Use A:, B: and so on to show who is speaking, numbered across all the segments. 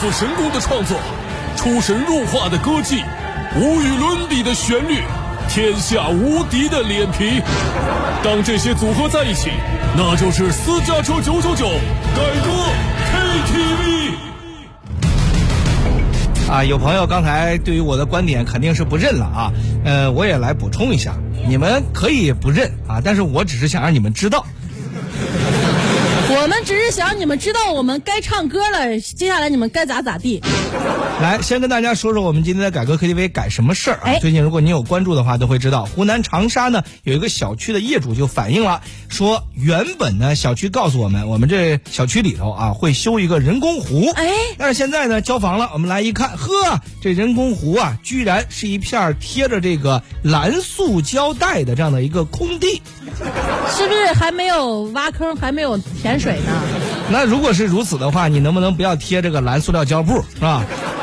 A: 斧神工的创作，出神入化的歌技，无与伦比的旋律，天下无敌的脸皮。当这些组合在一起，那就是私家车九九九改歌 KTV。
B: 啊，有朋友刚才对于我的观点肯定是不认了啊，呃，我也来补充一下，你们可以不认啊，但是我只是想让你们知道，
C: 我们只是想让你们知道我们该唱歌了，接下来你们该咋咋地。
B: 来，先跟大家说说我们今天的改革 KTV 改什么事儿啊？
C: 哎
B: 最近如果您有关注的话，都会知道，湖南长沙呢有一个小区的业主就反映了，说原本呢小区告诉我们，我们这小区里头啊会修一个人工湖，
C: 哎
B: 但是现在呢交房了，我们来一看，呵，这人工湖啊居然是一片儿贴着这个蓝塑胶带的这样的一个空地。
C: 是不是还没有挖坑，还没有填水呢？
B: 那如果是如此的话，你能不能不要贴这个蓝塑料胶布，是吧？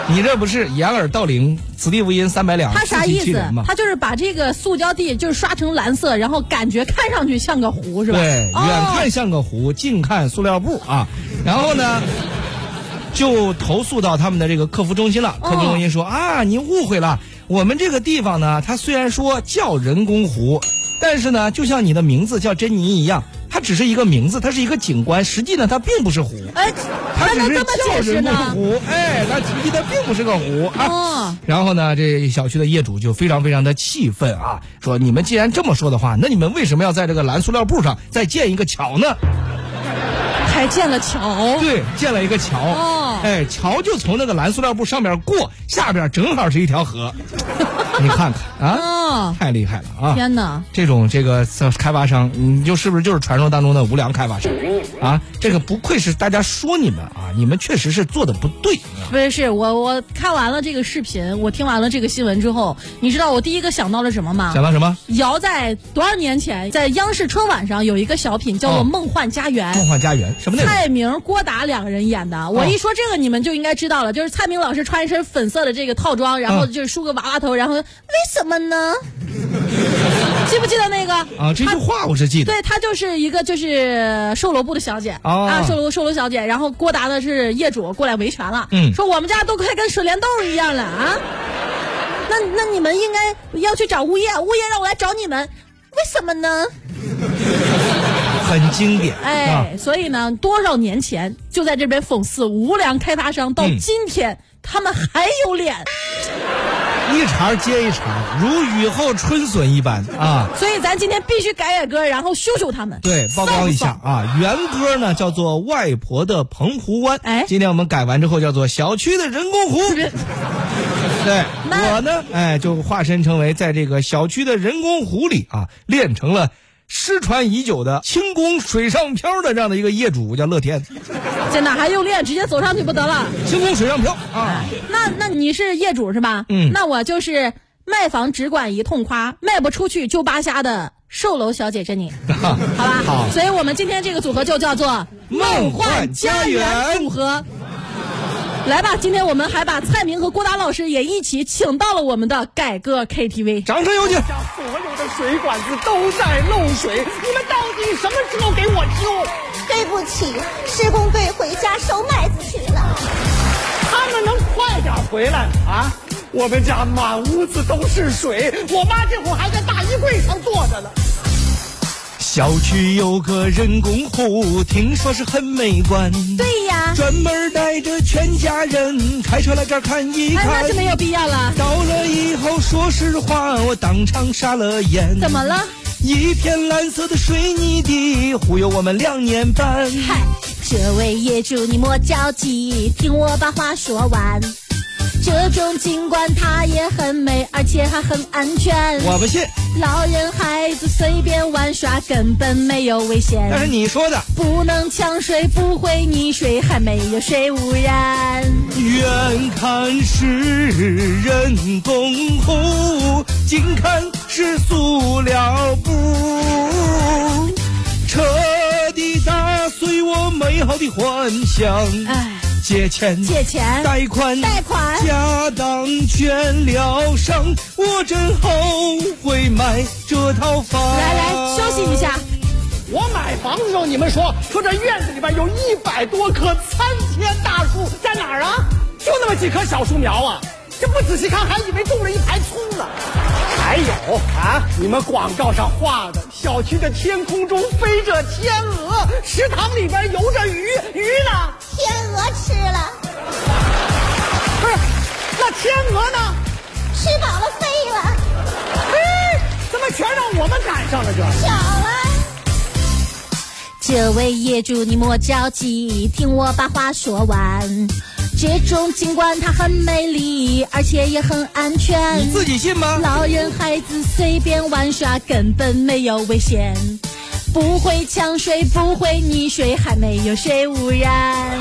B: 你这不是掩耳盗铃，此地无银三百两，
C: 他啥
B: 自欺
C: 意
B: 欺
C: 思
B: 人吗？？
C: 他就是把这个塑胶地就是刷成蓝色，然后感觉看上去像个湖是吧？
B: 对，远
C: 哦
B: 看像个湖，近看塑料布啊。然后呢，就投诉到他们的这个客服中心了。
C: 哦
B: 客服中心说、啊，您误会了，我们这个地方呢，它虽然说叫人工湖，但是呢，就像你的名字叫珍妮一样，它只是一个名字，它是一个景观，实际呢，它并不是湖。
C: 哎，
B: 它
C: 他
B: 只
C: 能
B: 是
C: 这么
B: 叫
C: 解释
B: 人工
C: 呢？
B: 湖，哎，它实际它并不是个湖啊。
C: 哦
B: 然后呢，这小区的业主就非常非常的气愤啊，说你们既然这么说的话，那你们为什么要在这个蓝塑料布上再建一个桥呢？
C: 还建了桥，
B: 对，建了一个桥，
C: 哦
B: 哎，桥就从那个蓝塑料布上面过，下边正好是一条 河，你看看啊，
C: 哦，
B: 太厉害了啊！
C: 天哪！
B: 这种这个开发商，你就是不是就是传说当中的无良开发商啊？这个不愧是大家说你们啊，你们确实是做的不对啊。
C: 不是，是我我看完了这个视频，我听完了这个新闻之后，你知道我第一个想到了什么吗
B: 想？到什么？
C: 姚在多少年前在央视春晚上有一个小品叫做
B: 哦哦
C: 《梦幻家园》。
B: 梦幻家园什么内容？
C: 蔡明、郭达两个人演的，我一说这个你们就应该知道了，就是蔡明老师穿一身粉色的这个套装，然后
B: 嗯
C: 就是梳个娃娃头，然后为什么呢？记不记得那个
B: 啊，这句话我是记得。
C: 对，她就是一个就是售楼部的小姐、
B: 哦
C: 啊，售楼售楼小姐。然后郭达呢是业主过来维权了，
B: 嗯
C: 说我们家都快跟水帘洞一样了啊。那那你们应该要去找物业，物业让我来找你们，为什么呢？
B: 很经典。啊
C: 哎，所以呢，多少年前就在这边讽刺无良开发商，到
B: 嗯
C: 今天、他们还有脸。
B: 一茬接一茬，如雨后春笋一般啊。
C: 所以咱今天必须改改歌，然后羞羞他们。
B: 对，曝光一下啊，原歌呢叫做《外婆的澎湖湾》，
C: 哎
B: 今天我们改完之后叫做《小区的人工湖》。对，
C: 那
B: 我呢，哎，就化身成为在这个小区的人工湖里啊，练成了失传已久的轻功水上漂的这样的一个业主，我叫乐天，
C: 这哪还用练，直接走上去不得了。
B: 轻功水上漂啊，
C: 那那你是业主是吧？
B: 嗯
C: 那我就是卖房只管一通夸，卖不出去就扒瞎的售楼小姐珍妮，好吧？
B: 好
C: 所以我们今天这个组合就叫做
B: 梦幻家园
C: 组合。来吧，今天我们还把蔡明和郭达老师也一起请到了我们的改革 KTV。
B: 掌声有请。
D: 家所有的水管子都在漏水，你们到底什么时候给我修？
E: 对不起，施工队回家收麦子去了。
D: 他们能快点回来吗啊！我们家满屋子都是水，我妈这会儿还在大衣柜上坐着呢。
B: 小区有个人工湖，听说是很美观。
C: 对呀，
B: 专门带着全家人开车来这儿看一
C: 哎，
B: 看
C: 那就。没有必要了。
B: 到了以后，说实话，我当场傻了眼。
C: 怎么了？
B: 一片蓝色的水泥地，忽悠我们两年半。
E: 嗨，这位业主你莫着急，听我把话说完。这种景观它也很美，而且还很安全。
B: 我不信，
E: 老人孩子随便玩耍，根本没有危
B: 那是
E: 险。
B: 你说的。
E: 不能呛水，不会溺水，还没有水污染。
B: 远看是人工湖，近看是塑料布，彻底打碎我美好的幻想。
C: 哎，
B: 借钱，
E: 借钱、
B: 贷款，
E: 贷款、
B: 家当全疗伤，我真后悔买这套房。
C: 来来休息一。下。
D: 我买房的时候，你们说说这院子里边有一百多棵参天大树，在哪儿啊？就那么几棵小树苗啊，这不仔细看还以为种了一排葱呢。还有啊，你们广告上画的小区的天空中飞着天鹅，食堂里边游着鱼，鱼呢？
E: 天鹅吃了，
D: 不是，那天鹅呢？
E: 吃饱了飞了，
D: 哎，怎么全让我们赶上了这？
E: 巧了。这位业主你莫着急，听我把话说完。这种景观它很美丽，而且也很安全。
B: 你自己信吗？
E: 老人孩子随便玩耍，根本没有危险，不会呛水，不会溺水，还没有水污染。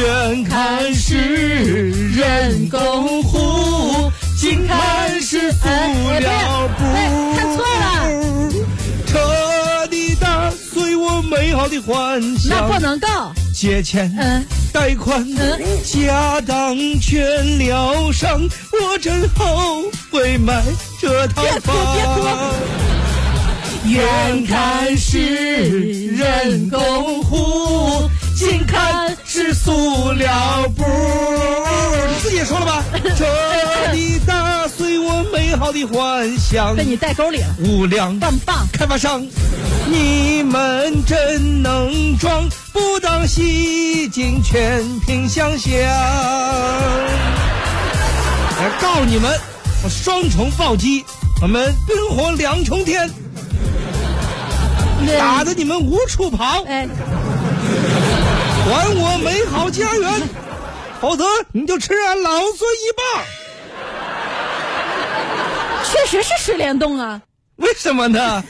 B: 远看是人工湖，近看是塑料
C: 哎看
B: 布。
C: 错了，
B: 车滴答，随我美好的幻
C: 那不
B: 想。
C: 能够。
B: 借钱，
C: 嗯
B: 贷款，家当全疗伤。我真后悔买这套
C: 别 哭别哭
B: 房。
C: 远看是人工
B: 湖，近
C: 看
B: 是塑料布。 你自己也说了吧？这里打碎我美好的幻想。
C: 被你带沟里了，
B: 无良
C: 棒棒！
B: 开发商，你们真能装，不当戏精全凭想象。来告诉你们，我双重暴击，我们冰火两重天。打得你们无处跑，还
C: 哎，
B: 我美好家园，否则你就吃俺老孙一棒！
C: 确实是失联动啊。
B: 为什么呢？